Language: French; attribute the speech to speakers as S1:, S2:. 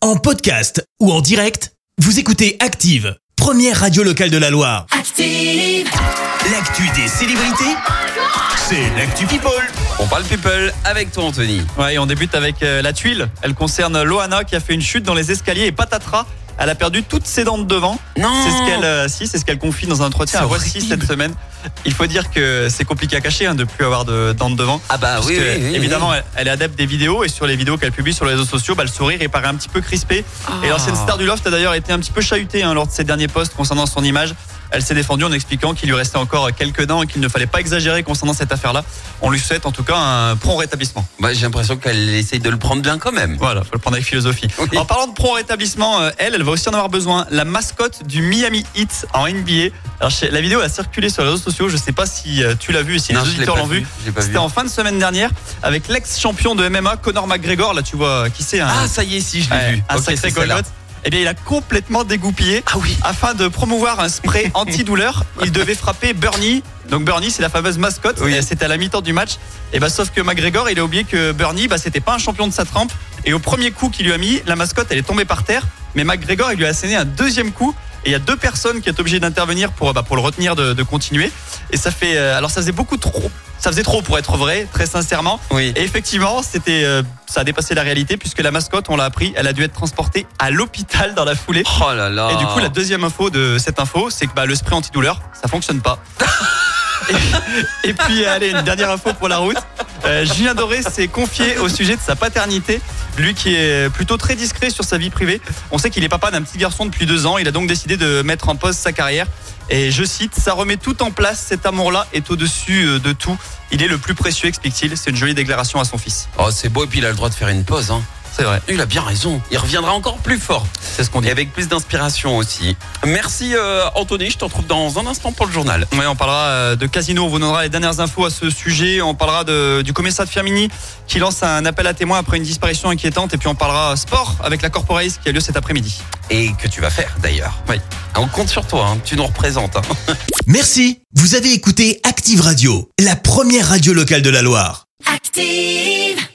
S1: En podcast ou en direct, vous écoutez Active, première radio locale de la Loire.
S2: Active,
S1: L'actu des célébrités, c'est l'actu People.
S3: On parle people avec toi Anthony.
S4: Ouais, et on débute avec euh, la tuile. Elle concerne Loana qui a fait une chute dans les escaliers et patatras. Elle a perdu toutes ses dents de devant.
S3: Non
S4: C'est ce qu'elle euh, si, c'est ce qu'elle confie dans un entretien à
S1: C'est
S4: Voici
S1: horrible.
S4: cette semaine. Il faut dire que c'est compliqué à cacher hein, de plus avoir de dents de devant.
S3: Ah bah
S4: Parce
S3: oui,
S4: que,
S3: oui, oui,
S4: évidemment,
S3: oui.
S4: Elle, elle est adepte des vidéos et sur les vidéos qu'elle publie sur les réseaux sociaux, bah, le sourire est paraît un petit peu crispé.
S3: Ah.
S4: Et l'ancienne star du loft a d'ailleurs été un petit peu chahutée hein, lors de ses derniers posts concernant son image. Elle s'est défendue en expliquant qu'il lui restait encore quelques dents et qu'il ne fallait pas exagérer concernant cette affaire-là. On lui souhaite en tout cas un prompt rétablissement.
S3: Bah, J'ai l'impression qu'elle essaye de le prendre bien quand même.
S4: Voilà, faut le prendre avec philosophie.
S3: Oui.
S4: En parlant de pro rétablissement, euh, elle, elle va aussi en avoir besoin. La mascotte du Miami Heat en NBA. Alors, je sais- la vidéo a circulé sur les réseaux sociaux. Je sais pas si euh, tu l'as vu et si
S3: Non,
S4: les
S3: je l'ai
S4: auditeurs
S3: pas
S4: l'ont vu.
S3: vu, je l'ai pas vu.
S4: C'était en fin de semaine dernière avec l'ex-champion de MMA Conor McGregor. Là, tu vois euh, qui c'est. hein.
S3: Ah ça y est, si je l'ai
S4: Ouais,
S3: vu.
S4: un
S3: Ok,
S4: sacré
S3: c'est celle-là.
S4: golgote. Eh bien, il a complètement dégoupillé.
S3: Ah oui.
S4: Afin de promouvoir un spray anti-douleur, il devait frapper Bernie. Donc Bernie, c'est la fameuse mascotte.
S3: Oui.
S4: Et C'était à la mi-temps du match. Et bah, sauf que McGregor, il a oublié que Bernie, bah, c'était pas un champion de sa trempe. Et au premier coup qu'il lui a mis, la mascotte, elle est tombée par terre. Mais McGregor, il lui a asséné un deuxième coup. Et il y a deux personnes qui sont obligées d'intervenir pour, bah, pour le retenir de, de continuer. Et ça fait, euh, alors ça faisait beaucoup trop. Ça faisait trop pour être vrai, très sincèrement.
S3: Oui.
S4: Et effectivement, c'était, euh, ça a dépassé la réalité puisque la mascotte, on l'a appris, elle a dû être transportée à l'hôpital dans la foulée.
S3: Oh là là.
S4: Et du coup, la deuxième info de cette info, c'est que bah, le spray antidouleur, ça fonctionne pas. et, et puis, allez, une dernière info pour la route. Euh, Julien Doré s'est confié au sujet de sa paternité. Lui qui est plutôt très discret sur sa vie privée. On sait qu'il est papa d'un petit garçon depuis deux ans. Il a donc décidé de mettre en pause sa carrière. Et je cite, ça remet tout en place, cet amour-là est au-dessus euh, de tout. Il est le plus précieux, explique-t-il. C'est une jolie déclaration à son fils.
S3: Oh c'est beau et puis il a le droit de faire une pause. Hein.
S4: C'est vrai,
S3: Il a bien raison. Il reviendra encore plus fort.
S4: c'est ce qu'on dit.
S3: Et avec plus d'inspiration aussi. Merci euh, Anthony, je te retrouve dans un instant pour le journal.
S4: Ouais, on parlera euh, de casino, on vous donnera les dernières infos à ce sujet, on parlera de- du commissariat de Firmini qui lance un appel à témoins après une disparition inquiétante et puis on parlera sport avec la Corporace qui a lieu cet après-midi.
S3: Et que tu vas faire d'ailleurs.
S4: Oui.
S3: On compte sur toi, hein. tu nous représentes. hein.
S1: Merci, vous avez écouté Active Radio, la première radio locale de la Loire.
S2: active.